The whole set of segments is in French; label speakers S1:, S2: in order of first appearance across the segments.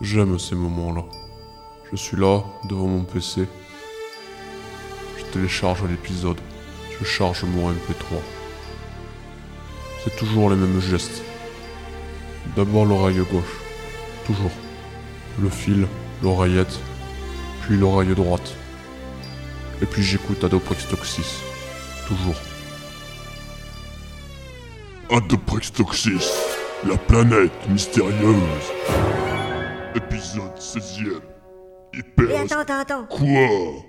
S1: J'aime ces moments-là. Je suis là, devant mon PC. Je télécharge l'épisode. Je charge mon MP3. C'est toujours les mêmes gestes. D'abord l'oreille gauche. Toujours. Le fil, l'oreillette, puis l'oreille droite. Et puis j'écoute Adoprex Toxis. Toujours.
S2: Adoprex Toxis, la planète mystérieuse. Épisode 16e.
S3: Et
S2: Hyper.
S3: attends, attends, attends
S2: Quoi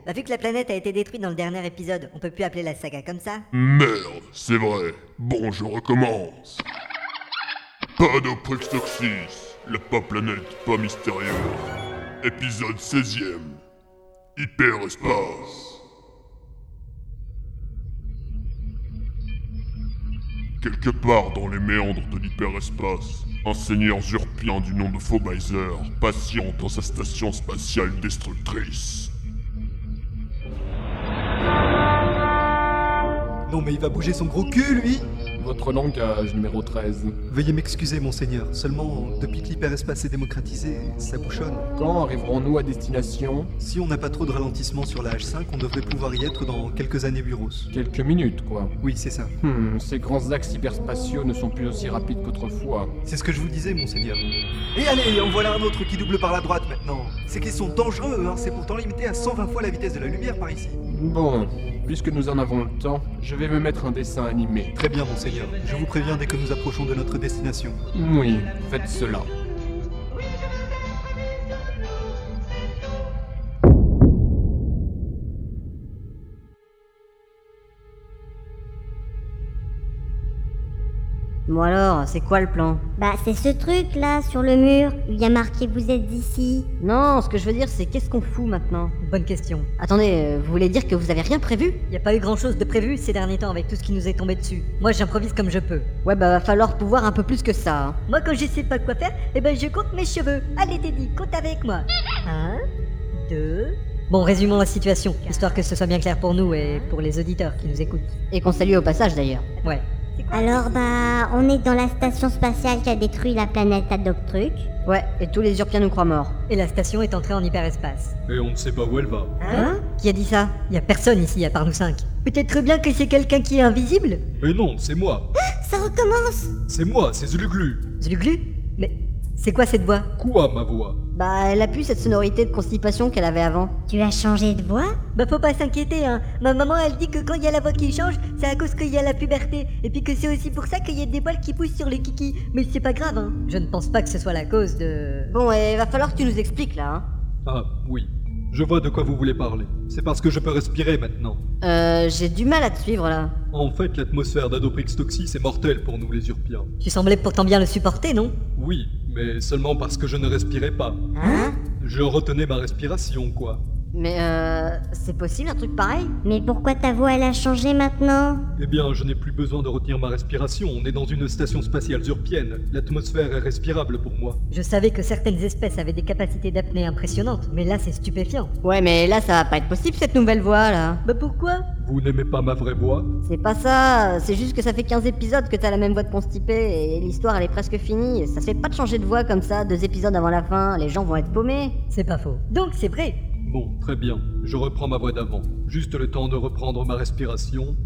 S3: Bah, Vu que la planète a été détruite dans le dernier épisode, on peut plus appeler la saga comme ça.
S2: Merde, c'est vrai. Bon, je recommence. Pas de Prextoxis, la pas planète pas mystérieuse. Épisode 16e. Hyperespace. Quelque part dans les méandres de l'hyperespace, un seigneur urpien du nom de Fobizer patiente dans sa station spatiale destructrice.
S4: Non mais il va bouger son gros cul, lui
S5: Votre langage numéro 13.
S4: Veuillez m'excuser, monseigneur. Seulement, depuis que l'hyperespace est démocratisé, ça bouchonne.
S5: Quand arriverons-nous à destination
S4: Si on n'a pas trop de ralentissement sur la H5, on devrait pouvoir y être dans quelques années bureaus.
S5: Quelques minutes, quoi.
S4: Oui, c'est ça.
S5: Hmm, ces grands axes hyperspatiaux ne sont plus aussi rapides qu'autrefois.
S4: C'est ce que je vous disais, monseigneur. Et allez, en voilà un autre qui double par la droite maintenant. C'est qu'ils sont dangereux, eux, hein. C'est pourtant limité à 120 fois la vitesse de la lumière par ici.
S5: Bon, puisque nous en avons le temps, je vais me mettre un dessin animé.
S4: Très bien, monseigneur. Je vous préviens dès que nous approchons de notre destination.
S5: Oui, faites cela.
S3: Bon alors, c'est quoi le plan
S6: Bah, c'est ce truc là sur le mur où il y a marqué vous êtes d'ici.
S3: Non, ce que je veux dire, c'est qu'est-ce qu'on fout maintenant Bonne question. Attendez, euh, vous voulez dire que vous avez rien prévu Y a pas eu grand-chose de prévu ces derniers temps avec tout ce qui nous est tombé dessus. Moi, j'improvise comme je peux. Ouais, bah va falloir pouvoir un peu plus que ça. hein. Moi, quand je sais pas quoi faire, eh ben je compte mes cheveux. Allez, Teddy, compte avec moi. Un, deux. Bon, résumons la situation, histoire que ce soit bien clair pour nous et pour les auditeurs qui nous écoutent. Et qu'on salue au passage d'ailleurs. Ouais.
S6: Alors bah, on est dans la station spatiale qui a détruit la planète Adoctruc.
S3: Ouais, et tous les Urpiens nous croient morts. Et la station est entrée en hyperespace.
S4: Et on ne sait pas où elle va.
S3: Hein Qui a dit ça Y a personne ici à part nous cinq. Peut-être bien que c'est quelqu'un qui est invisible
S4: Mais non, c'est moi.
S6: Ça recommence
S4: C'est moi, c'est Zuluglu.
S3: Zuluglu Mais c'est quoi cette voix
S4: Quoi, ma voix
S3: Bah, elle a plus cette sonorité de constipation qu'elle avait avant.
S6: Tu as changé de voix
S3: Bah, faut pas s'inquiéter, hein. Ma maman, elle dit que quand il y a la voix qui change, c'est à cause qu'il y a la puberté. Et puis que c'est aussi pour ça qu'il y a des balles qui poussent sur le kiki. Mais c'est pas grave, hein. Je ne pense pas que ce soit la cause de. Bon, et va falloir que tu nous expliques là, hein.
S4: Ah, oui. Je vois de quoi vous voulez parler. C'est parce que je peux respirer maintenant.
S3: Euh, j'ai du mal à te suivre là.
S4: En fait, l'atmosphère d'Adoprix Toxis est mortelle pour nous les Urpiens.
S3: Tu semblais pourtant bien le supporter, non
S4: Oui, mais seulement parce que je ne respirais pas.
S3: Hein
S4: Je retenais ma respiration, quoi.
S3: Mais euh, c'est possible un truc pareil
S6: Mais pourquoi ta voix elle a changé maintenant
S4: Eh bien, je n'ai plus besoin de retenir ma respiration. On est dans une station spatiale urpienne. L'atmosphère est respirable pour moi.
S3: Je savais que certaines espèces avaient des capacités d'apnée impressionnantes, mais là c'est stupéfiant. Ouais, mais là ça va pas être possible cette nouvelle voix là. Bah pourquoi
S4: Vous n'aimez pas ma vraie voix
S3: C'est pas ça, c'est juste que ça fait 15 épisodes que t'as la même voix de constipé et l'histoire elle est presque finie. Ça se fait pas de changer de voix comme ça, deux épisodes avant la fin, les gens vont être paumés. C'est pas faux. Donc c'est vrai.
S4: Bon, très bien. Je reprends ma voix d'avant. Juste le temps de reprendre ma respiration.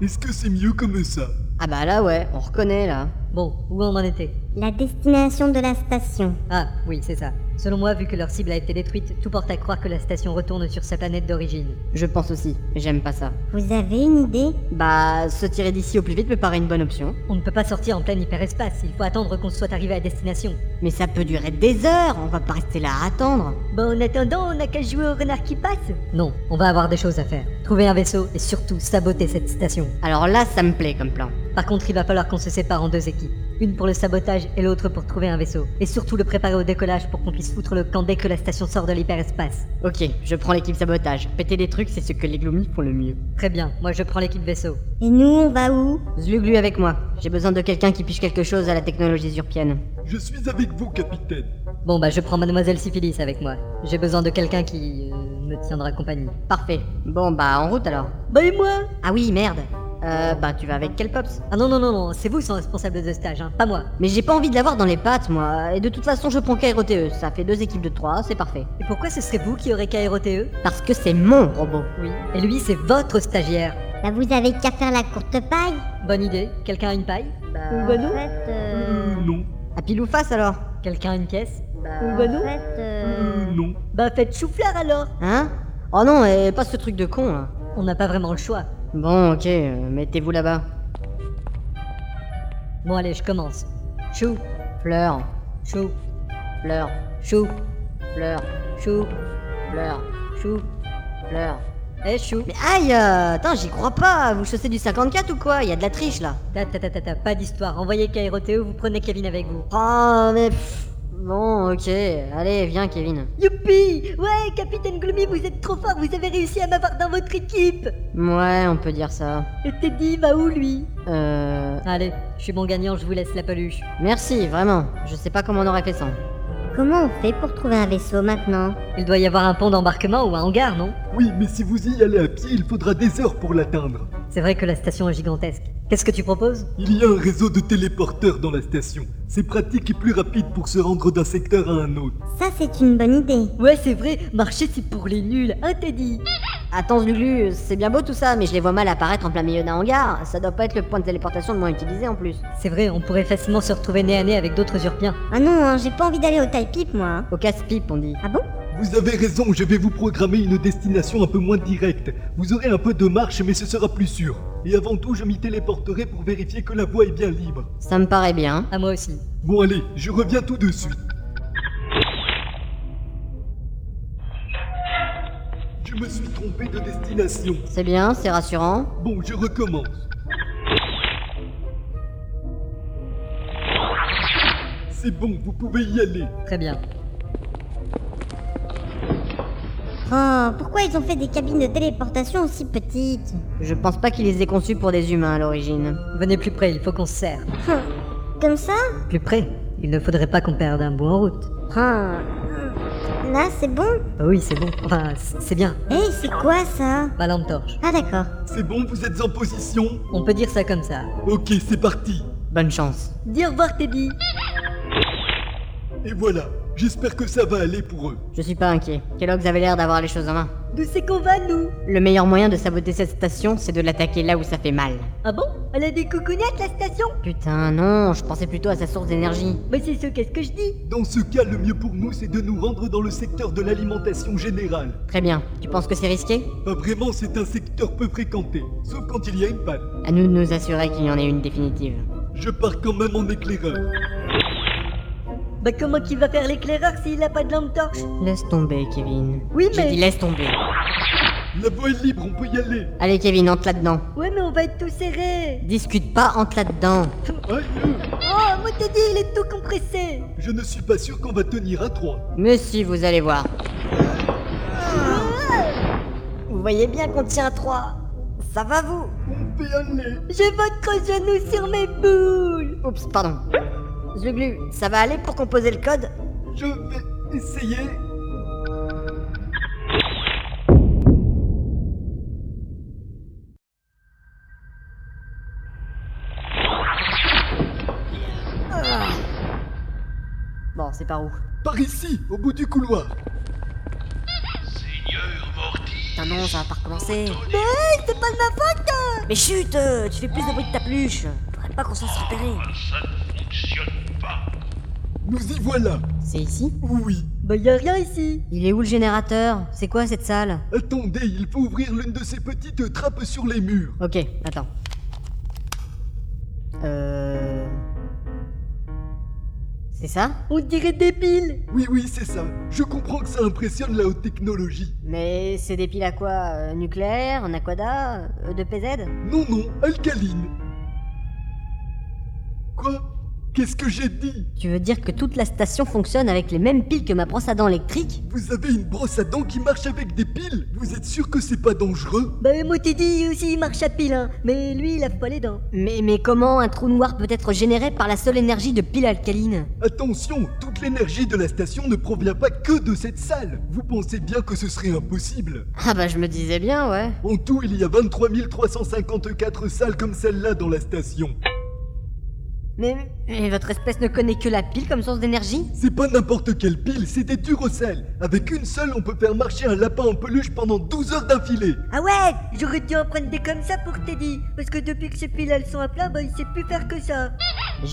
S4: Est-ce que c'est mieux comme ça
S3: Ah bah là ouais, on reconnaît là. Bon, où on en était
S6: La destination de la station.
S3: Ah, oui, c'est ça. Selon moi, vu que leur cible a été détruite, tout porte à croire que la station retourne sur sa planète d'origine. Je pense aussi, j'aime pas ça.
S6: Vous avez une idée
S3: Bah, se tirer d'ici au plus vite me paraît une bonne option. On ne peut pas sortir en plein hyperespace, il faut attendre qu'on soit arrivé à destination. Mais ça peut durer des heures, on va pas rester là à attendre. Bon, en attendant, on n'a qu'à jouer au renard qui passe Non, on va avoir des choses à faire. Trouver un vaisseau et surtout saboter cette station. Alors là, ça me plaît comme plan. Par contre, il va falloir qu'on se sépare en deux équipes. Une pour le sabotage et l'autre pour trouver un vaisseau. Et surtout le préparer au décollage pour qu'on puisse foutre le camp dès que la station sort de l'hyperespace. Ok, je prends l'équipe sabotage. Péter des trucs, c'est ce que les gloomies font le mieux. Très bien, moi je prends l'équipe vaisseau.
S6: Et nous, on va où
S3: Zluglu avec moi. J'ai besoin de quelqu'un qui piche quelque chose à la technologie urpienne.
S4: Je suis avec vous, capitaine.
S3: Bon bah je prends mademoiselle Syphilis avec moi. J'ai besoin de quelqu'un qui euh, me tiendra compagnie. Parfait. Bon bah en route alors. Bah et moi Ah oui, merde.
S7: Euh, bah tu vas avec quel pops
S3: Ah non, non, non, non, c'est vous sont responsables de stage, hein, pas moi.
S7: Mais j'ai pas envie de l'avoir dans les pattes, moi. Et de toute façon, je prends
S3: E.
S7: KROTE. Ça fait deux équipes de trois, c'est parfait.
S3: Et pourquoi ce serait vous qui aurez KROTE
S7: Parce que c'est mon robot.
S3: E Oui. Et lui, c'est votre stagiaire.
S6: Bah, vous avez qu'à faire la courte paille.
S3: Bonne idée. Quelqu'un a une paille
S6: Bah,
S7: Hugo, non
S6: en fait, euh,
S4: Euh, non,
S7: À pile ou face alors
S3: Quelqu'un a une caisse
S7: Hugo, non
S6: en fait, euh,
S4: non.
S3: Bah faites chou-fleur alors
S7: Hein Oh non, et pas ce truc de con là.
S3: On n'a pas vraiment le choix.
S7: Bon, ok, euh, mettez-vous là-bas.
S3: Bon allez, je commence. Chou,
S7: Fleur,
S3: chou,
S7: fleur,
S3: chou,
S7: fleur,
S3: chou,
S7: fleur,
S3: chou.
S7: fleur.
S3: Eh chou
S7: Mais aïe euh, Attends, j'y crois pas Vous chaussez du 54 ou quoi Y a de la triche là
S3: Ta ta ta ta ta, pas d'histoire. Envoyez KROTE ou vous prenez Kevin avec vous.
S7: Oh, mais. pff, Bon, ok. Allez, viens, Kevin.
S3: Youpi Ouais, Capitaine Gloomy, vous êtes trop fort, vous avez réussi à m'avoir dans votre équipe
S7: Ouais, on peut dire ça.
S3: Et Teddy va où lui
S7: Euh.
S3: Allez, je suis bon gagnant, je vous laisse la peluche.
S7: Merci, vraiment. Je sais pas comment on aurait fait sans.
S6: comment on fait pour trouver un vaisseau maintenant
S3: Il doit y avoir un pont d'embarquement ou un hangar, non
S4: Oui, mais si vous y allez à pied, il faudra des heures pour l'atteindre.
S3: C'est vrai que la station est gigantesque. Qu'est-ce que tu proposes
S4: Il y a un réseau de téléporteurs dans la station. C'est pratique et plus rapide pour se rendre d'un secteur à un autre.
S6: Ça, c'est une bonne idée.
S3: Ouais, c'est vrai, marcher c'est pour les nuls, hein Teddy
S7: Attends, Lulu, c'est bien beau tout ça, mais je les vois mal apparaître en plein milieu d'un hangar. Ça doit pas être le point de téléportation le moins utilisé en plus.
S3: C'est vrai, on pourrait facilement se retrouver nez à nez avec d'autres urpiens.
S6: Ah non, hein, j'ai pas envie d'aller au taille pipe, moi. hein.
S7: Au casse-pipe, on dit.
S6: Ah bon
S4: Vous avez raison, je vais vous programmer une destination un peu moins directe. Vous aurez un peu de marche, mais ce sera plus sûr. Et avant tout, je m'y téléporterai pour vérifier que la voie est bien libre.
S7: Ça me paraît bien.
S3: À moi aussi.
S4: Bon allez, je reviens tout de suite. Je me suis trompé de destination.
S7: C'est bien, c'est rassurant.
S4: Bon, je recommence. C'est bon, vous pouvez y aller.
S3: Très bien.
S6: Oh, pourquoi ils ont fait des cabines de téléportation aussi petites
S7: Je pense pas qu'ils les aient conçus pour des humains à l'origine.
S3: Venez plus près, il faut qu'on se serre.
S6: Hum, Comme ça
S3: Plus près Il ne faudrait pas qu'on perde un bout en route.
S6: Hum, Là, c'est bon
S3: Ah oui, c'est bon. Enfin, c- c'est bien.
S6: Hé, c'est quoi ça
S3: Ma lampe torche.
S6: Ah d'accord.
S4: C'est bon, vous êtes en position
S3: On peut dire ça comme ça.
S4: Ok, c'est parti.
S7: Bonne chance.
S3: Dis au revoir, Teddy
S4: Et voilà, j'espère que ça va aller pour eux.
S7: Je suis pas inquiet. Kellogg's avait l'air d'avoir les choses en main.
S3: D'où c'est qu'on va, nous
S7: Le meilleur moyen de saboter cette station, c'est de l'attaquer là où ça fait mal.
S3: Ah bon Elle a des coucougnettes, la station
S7: Putain, non, je pensais plutôt à sa source d'énergie.
S3: Bah c'est ça, qu'est-ce que je dis
S4: Dans ce cas, le mieux pour nous, c'est de nous rendre dans le secteur de l'alimentation générale.
S7: Très bien, tu penses que c'est risqué
S4: Pas vraiment, c'est un secteur peu fréquenté, sauf quand il y a une panne.
S7: À nous de nous assurer qu'il y en ait une définitive.
S4: Je pars quand même en éclaireur.
S3: Bah comment qu'il va faire l'éclaireur s'il a pas de lampe torche
S7: Laisse tomber, Kevin.
S3: Oui,
S7: J'ai
S3: mais-
S7: dit laisse tomber.
S4: La voie est libre, on peut y aller.
S7: Allez, Kevin, entre là-dedans.
S3: Ouais, mais on va être tout serré
S7: Discute pas, entre là-dedans.
S4: Aïe, euh,
S3: Oh, mon Teddy, il est tout compressé
S4: je ne suis pas sûr qu'on va tenir à trois.
S7: Mais si, vous allez voir. Vous voyez bien qu'on tient à trois. Ça va, vous
S4: On peut y aller.
S3: J'ai votre genou sur mes boules
S7: Oups, pardon. Zuglu, ça va aller pour composer le code
S4: Je vais essayer.
S7: Bon, c'est par où
S4: Par ici, au bout du couloir.
S7: Putain, Ah non, ça va pas recommencer.
S3: C'est pas de ma faute
S7: Mais chut, euh, tu fais plus de bruit que ta peluche. Faudrait pas qu'on s'en repérer.
S4: Nous y voilà.
S7: C'est ici
S4: Oui.
S3: Bah y'a rien ici
S7: Il est où le générateur C'est quoi cette salle
S4: Attendez, il faut ouvrir l'une de ces petites trappes sur les murs.
S7: Ok, attends. Euh. C'est ça
S3: On dirait des piles
S4: Oui, oui, c'est ça. Je comprends que ça impressionne la haute technologie.
S7: Mais c'est des piles à quoi euh, Nucléaire, en aquada, euh, de PZ
S4: Non, non, alcaline. Quoi Qu'est-ce que j'ai dit
S7: Tu veux dire que toute la station fonctionne avec les mêmes piles que ma brosse à dents électrique
S4: Vous avez une brosse à dents qui marche avec des piles Vous êtes sûr que c'est pas dangereux
S3: Bah, Motidi aussi, il marche à pile, hein. Mais lui, il lave pas les dents.
S7: Mais, mais comment un trou noir peut être généré par la seule énergie de piles alcalines
S4: Attention, toute l'énergie de la station ne provient pas que de cette salle. Vous pensez bien que ce serait impossible
S7: Ah bah je me disais bien, ouais.
S4: En tout, il y a 23 354 salles comme celle-là dans la station.
S7: Mais, mais votre espèce ne connaît que la pile comme source d'énergie
S4: C'est pas n'importe quelle pile, c'est des durocelles. Avec une seule, on peut faire marcher un lapin en peluche pendant 12 heures d'affilée.
S3: Ah ouais J'aurais dû en prendre des comme ça pour Teddy. Parce que depuis que ces piles, elles sont à plat, bah, il sait plus faire que ça.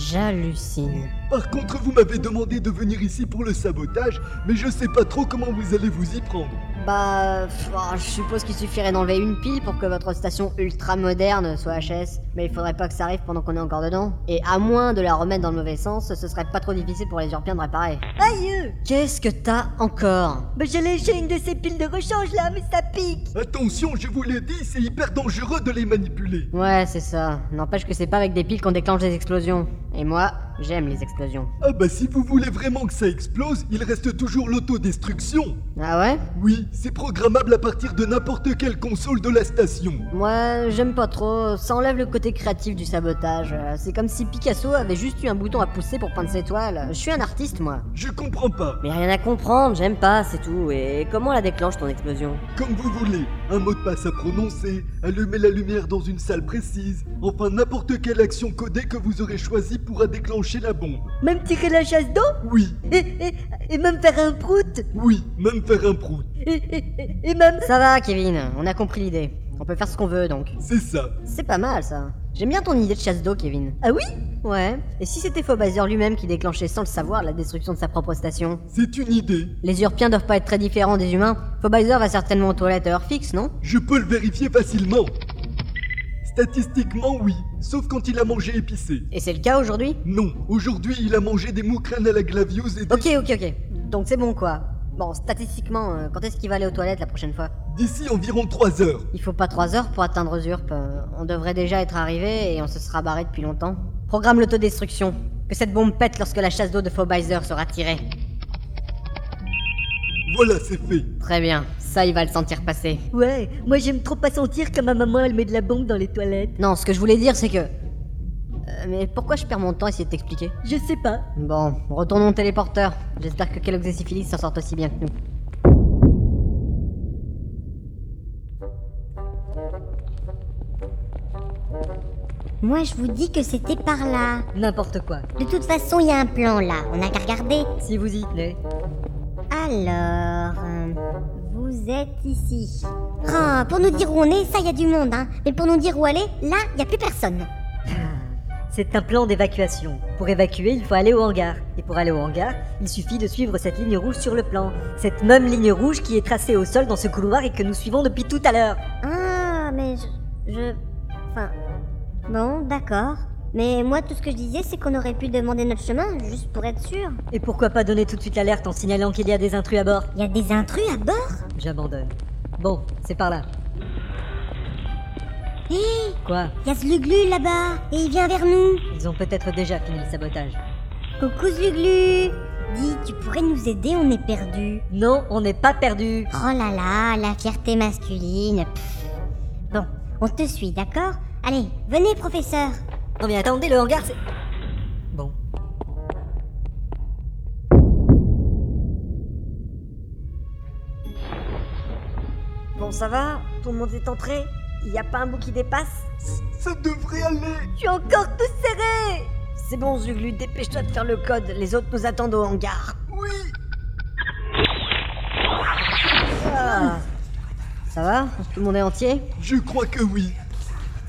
S7: J'hallucine.
S4: Par contre, vous m'avez demandé de venir ici pour le sabotage, mais je sais pas trop comment vous allez vous y prendre.
S7: Bah, pff, oh, je suppose qu'il suffirait d'enlever une pile pour que votre station ultra moderne soit HS, mais il faudrait pas que ça arrive pendant qu'on est encore dedans. Et à moins de la remettre dans le mauvais sens, ce serait pas trop difficile pour les Urpiens de réparer.
S3: Aïe euh.
S7: Qu'est-ce que t'as encore
S3: Bah, j'ai léché une de ces piles de rechange là, mais ça pique
S4: Attention, je vous l'ai dit, c'est hyper dangereux de les manipuler.
S7: Ouais, c'est ça. N'empêche que c'est pas avec des piles qu'on déclenche des explosions. Et moi, j'aime les explosions.
S4: Ah bah si vous voulez vraiment que ça explose, il reste toujours l'autodestruction.
S7: Ah ouais
S4: Oui, c'est programmable à partir de n'importe quelle console de la station.
S7: Moi, j'aime pas trop. Ça enlève le côté créatif du sabotage. Euh, C'est comme si Picasso avait juste eu un bouton à pousser pour peindre ses toiles. Je suis un artiste, moi.
S4: Je comprends pas.
S7: Mais rien à comprendre, j'aime pas, c'est tout. Et comment la déclenche ton explosion
S4: Comme vous voulez, un mot de passe à prononcer, allumer la lumière dans une salle précise, enfin n'importe quelle action codée que vous aurez choisie pourra déclencher la bombe.
S3: Même tirer la chasse d'eau
S4: Oui,
S3: et, et, et même faire un prout
S4: oui, même faire un prout.
S3: et, et- et même...
S7: Ça va, Kevin, on a compris l'idée. On peut faire ce qu'on veut donc.
S4: C'est ça.
S7: C'est pas mal ça. J'aime bien ton idée de chasse d'eau, Kevin.
S3: Ah oui
S7: Ouais. Et si c'était Faubazer lui-même qui déclenchait sans le savoir la destruction de sa propre station
S4: C'est une idée.
S7: Les Urpiens doivent pas être très différents des humains. Faubazer va certainement aux toilettes à heure fixe, non
S4: Je peux le vérifier facilement. Statistiquement, oui, sauf quand il a mangé épicé.
S7: Et c'est le cas aujourd'hui
S4: Non, aujourd'hui il a mangé des moucranes à la glaviose et des-
S7: Ok, ok, ok. Donc c'est bon quoi. Bon, statistiquement, euh, quand est-ce qu'il va aller aux toilettes la prochaine fois
S4: d'ici environ 3 heures.
S7: Il faut pas 3 heures pour atteindre Zurp. euh, on devrait déjà être arrivé et on se sera barré depuis longtemps. Programme l'autodestruction. Que cette bombe pète lorsque la chasse d'eau de Faubizer sera tirée.
S4: Voilà, c'est fait.
S7: Très bien, ça il va le sentir passer.
S3: Ouais, moi j'aime trop pas sentir que ma maman elle met de la bombe dans les toilettes.
S7: Non, ce que je voulais dire c'est que... Euh, mais pourquoi je perds mon temps à essayer de t'expliquer
S3: Je sais pas.
S7: Bon, retournons au téléporteur. J'espère que Kellogg's et Syphilis s'en sortent aussi bien que nous.
S6: Moi, je vous dis que c'était par là.
S3: N'importe quoi.
S6: De toute façon, il y a un plan là, on n'a qu'à regarder.
S3: Si vous y tenez.
S6: Alors, euh, vous êtes ici. Ah, pour nous dire où on est, ça, il y a du monde, hein. Mais pour nous dire où aller, là, il n'y a plus personne.
S3: C'est un plan d'évacuation. Pour évacuer, il faut aller au hangar. Et pour aller au hangar, il suffit de suivre cette ligne rouge sur le plan. Cette même ligne rouge qui est tracée au sol dans ce couloir et que nous suivons depuis tout à l'heure.
S6: Ah, mais je. je... Enfin. Bon, d'accord. Mais moi, tout ce que je disais, c'est qu'on aurait pu demander notre chemin, juste pour être sûr.
S3: Et pourquoi pas donner tout de suite l'alerte en signalant qu'il y a des intrus à bord
S6: Il y a des intrus à bord
S3: J'abandonne. Bon, c'est par là.
S6: Hé
S3: Quoi
S6: Il y a Sluglu là-bas, et il vient vers nous.
S3: Ils ont peut-être déjà fini le sabotage.
S6: Coucou Sluglu Dis, tu pourrais nous aider, on est perdus.
S3: Non, on n'est pas perdu.
S6: Oh là là, la fierté masculine. pff. Bon, on te suit, d'accord Allez, venez, professeur.
S3: Non mais attendez, le hangar c'est... Bon. Bon ça va Tout le monde est entré Il a pas un bout qui dépasse
S4: Ça devrait aller.
S3: Je suis encore tout serré C'est bon Zuglu, dépêche-toi de faire le code, les autres nous attendent au hangar.
S4: Oui.
S3: Ah.
S7: Ça va Tout le monde est entier
S4: Je crois que oui.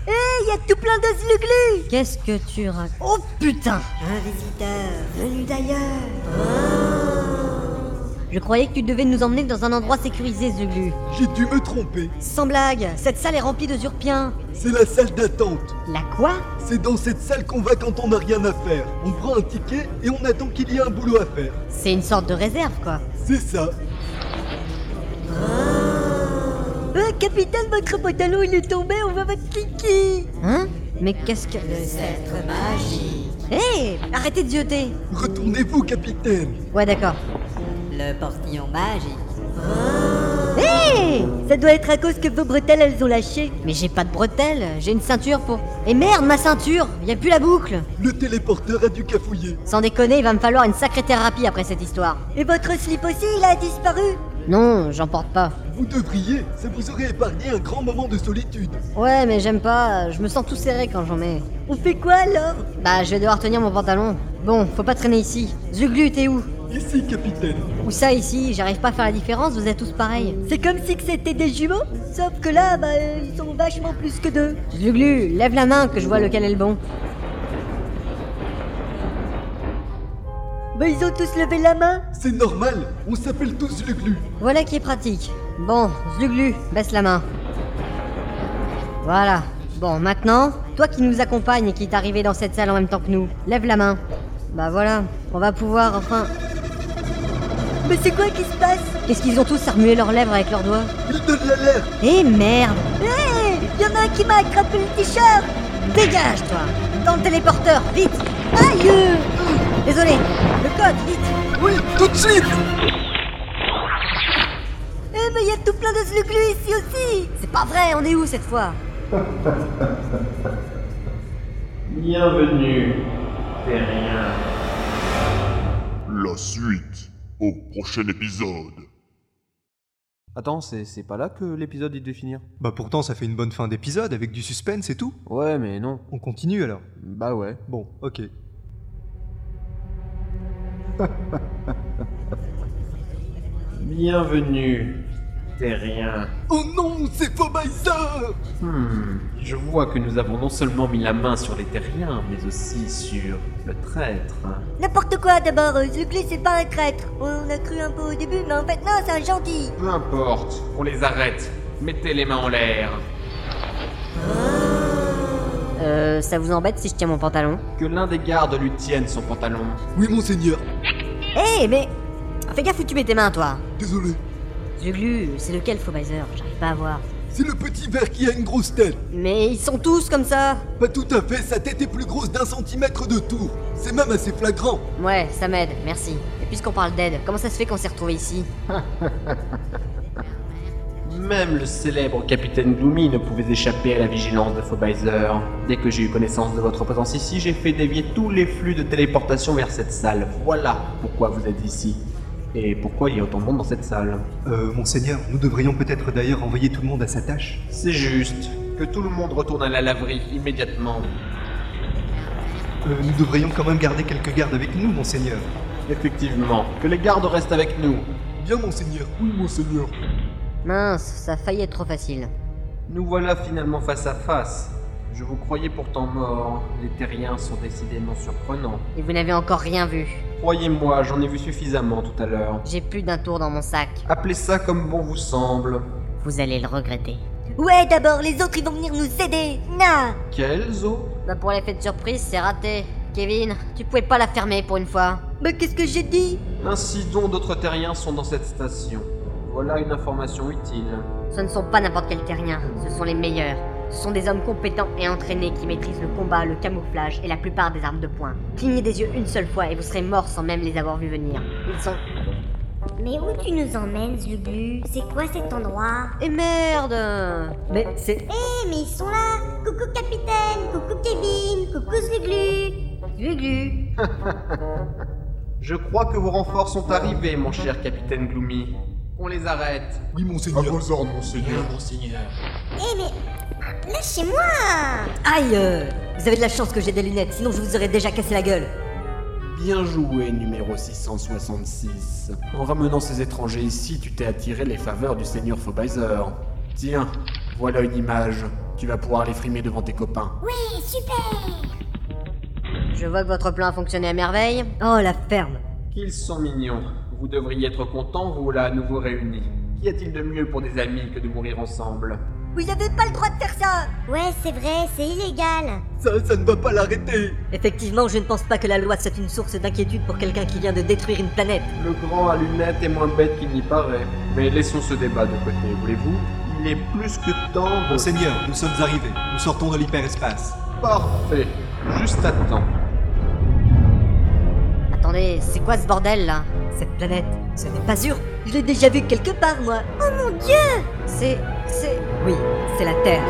S3: Il y a tout plein de Zuglu
S7: Qu'est-ce que tu racontes
S3: Oh putain Un visiteur venu d'ailleurs
S7: Ah. Je croyais que tu devais nous emmener dans un endroit sécurisé, Zulu.
S4: J'ai dû me tromper.
S7: Sans blague, cette salle est remplie de Zurpiens.
S4: C'est la salle d'attente.
S7: La quoi
S4: C'est dans cette salle qu'on va quand on n'a rien à faire. On prend un ticket et on attend qu'il y ait un boulot à faire.
S7: C'est une sorte de réserve, quoi.
S4: C'est ça.
S3: Euh, capitaine, votre pantalon il est tombé, on voit votre kiki
S7: Hein Mais qu'est-ce que... Les êtres magiques. Hé Eh, Arrêtez de zioter
S4: Retournez-vous, capitaine
S7: Ouais, d'accord.
S3: Le portillon magique.
S7: Hé Eh,
S3: Ça doit être à cause que vos bretelles, elles ont lâché.
S7: Mais j'ai pas de bretelles, j'ai une ceinture pour... Et merde, ma ceinture Y a plus la boucle
S4: Le téléporteur a dû cafouiller.
S7: Sans déconner, il va me falloir une sacrée thérapie après cette histoire.
S3: Et votre slip aussi, il a disparu.
S7: Non, j'en porte pas.
S4: Vous devriez, ça vous aurait épargné un grand moment de solitude.
S7: Ouais, mais j'aime pas, je me sens tout serré quand j'en mets.
S3: On fait quoi alors
S7: Bah, je vais devoir tenir mon pantalon. Bon, faut pas traîner ici. Zuglu, t'es où
S4: Ici, capitaine.
S7: Ou ça ici J'arrive pas à faire la différence, vous êtes tous pareils.
S3: C'est comme si que c'était des jumeaux, sauf que là, bah, euh, ils sont vachement plus que deux.
S7: Zuglu, lève la main que je vois lequel est le bon.
S3: Bah, ils ont tous levé la main.
S4: C'est normal, on s'appelle tous le glu.
S7: Voilà qui est pratique. Bon, Zuglu, baisse la main. Voilà. Bon, maintenant, toi qui nous accompagne et qui est arrivé dans cette salle en même temps que nous, lève la main. Bah voilà, on va pouvoir enfin.
S3: Mais c'est quoi qui se passe
S7: Qu'est-ce qu'ils ont tous à remuer leurs lèvres avec leurs doigts
S4: Il donne l'alerte
S7: Eh merde
S3: Hé Y'en Eh, a un qui m'a attrapé le t-shirt
S7: Dégage toi Dans le téléporteur, vite
S3: Aïe
S7: Désolé, le code, vite
S4: Oui, tout de suite
S3: Eh, mais y a tout plein de zluglus ici aussi
S7: C'est pas vrai, on est où cette fois
S8: Bienvenue, rien.
S2: La suite au prochain épisode.
S9: Attends, c'est c'est pas là que l'épisode il devait finir
S10: Bah pourtant ça fait une bonne fin d'épisode avec du suspense et tout.
S9: Ouais, mais non.
S10: On continue alors.
S9: Bah ouais.
S10: Bon, ok.
S8: Bienvenue, rien.
S4: Oh non, c'est Fomaïsa
S8: Hmm, je vois que nous avons non seulement mis la main sur les terriens, mais aussi sur le traître.
S3: N'importe quoi d'abord, euh, Zuglu c'est pas un traître. On a cru un peu au début, mais en fait non, c'est un gentil.
S8: Peu importe, on les arrête. Mettez les mains en l'air.
S7: Euh, ça vous embête si je tiens mon pantalon
S8: Que l'un des gardes lui tienne son pantalon.
S4: Oui, monseigneur,
S7: Hé, Eh, mais. Fais gaffe où tu mets tes mains toi
S4: désolé.
S7: Zuglu, c'est lequel Faubazer J'arrive pas à voir.
S4: C'est le petit verre qui a une grosse tête.
S7: Mais ils sont tous comme ça
S4: Pas tout à fait, sa tête est plus grosse d'un centimètre de tour. C'est même assez flagrant.
S7: Ouais, ça m'aide, merci. Et puisqu'on parle d'aide, comment ça se fait qu'on s'est retrouvé ici
S8: Même le célèbre capitaine Gloomy ne pouvait échapper à la vigilance de Fobizer. Dès que j'ai eu connaissance de votre présence ici, j'ai fait dévier tous les flux de téléportation vers cette salle. Voilà pourquoi vous êtes ici. Et pourquoi il y a autant de monde dans cette salle.
S10: Euh, monseigneur, nous devrions peut-être d'ailleurs envoyer tout le monde à sa tâche.
S8: C'est juste. Que tout le monde retourne à la laverie immédiatement.
S10: Euh, nous devrions quand même garder quelques gardes avec nous, monseigneur.
S8: Effectivement. Que les gardes restent avec nous.
S4: Bien, monseigneur, oui, monseigneur.
S7: Mince, ça a failli être trop facile.
S8: Nous voilà finalement face à face. Je vous croyais pourtant mort. Les terriens sont décidément surprenants.
S7: Et vous n'avez encore rien vu.
S8: Croyez-moi, j'en ai vu suffisamment tout à l'heure.
S7: J'ai plus d'un tour dans mon sac.
S8: Appelez ça comme bon vous semble.
S7: Vous allez le regretter.
S3: Ouais d'abord, les autres ils vont venir nous aider. Na
S8: Quels os
S7: Bah pour l'effet de surprise, c'est raté. Kevin, tu pouvais pas la fermer pour une fois.
S3: Mais qu'est-ce que j'ai dit
S8: Ainsi donc, d'autres terriens sont dans cette station. Voilà une information utile.
S7: Ce ne sont pas n'importe quel terrien, ce sont les meilleurs. Ce sont des hommes compétents et entraînés qui maîtrisent le combat, le camouflage et la plupart des armes de poing. Clignez des yeux une seule fois et vous serez mort sans même les avoir vus venir. Ils sont...
S6: Mais où tu nous emmènes, Zulu C'est quoi cet endroit
S7: Et merde
S3: Mais c'est...
S6: Eh, mais ils sont là Coucou capitaine, coucou Kevin, coucou Zuglu
S7: Zuglu
S8: Je crois que vos renforts sont arrivés, mon cher capitaine Gloomy. On les arrête.
S4: Oui, monseigneur.
S2: ordres, monseigneur.
S6: Eh, mais... Lâchez-moi
S3: Aïe euh, Vous avez de la chance que j'ai des lunettes, sinon je vous aurais déjà cassé la gueule.
S8: Bien joué, numéro 666. En ramenant ces étrangers ici, tu t'es attiré les faveurs du seigneur Fobizer. Tiens, voilà une image. Tu vas pouvoir les frimer devant tes copains.
S6: Ouais, Eh, super
S7: Je vois que votre plan a fonctionné à merveille.
S3: Oh la ferme
S8: Qu'ils sont mignons. Vous devriez être contents, vous voilà à nouveau réunis. Qu'y a-t-il de mieux pour des amis que de mourir ensemble
S3: Vous avez pas le droit de faire ça
S6: Ouais, c'est vrai, c'est illégal
S4: Ça, ça ne va pas l'arrêter.
S3: Effectivement, je ne pense pas que la loi soit une source d'inquiétude pour quelqu'un qui vient de détruire une planète.
S8: Le grand à lunettes est moins bête qu'il n'y paraît. Mais laissons ce débat de côté, voulez-vous Il est plus que temps de...
S10: Monseigneur, nous sommes arrivés. Nous sortons de l'hyperespace.
S8: Parfait. Juste à temps.
S7: Attendez, c'est quoi ce bordel là Cette planète, ce n'est pas sûr. Je l'ai déjà vue quelque part moi. Oh mon dieu C'est. c'est. Oui, c'est la Terre.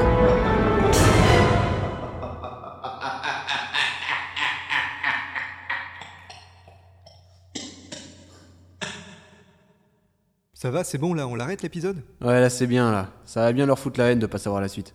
S10: Ça va, c'est bon là, on l'arrête l'épisode
S5: Ouais, là c'est bien là. Ça va bien leur foutre la haine de pas savoir la suite.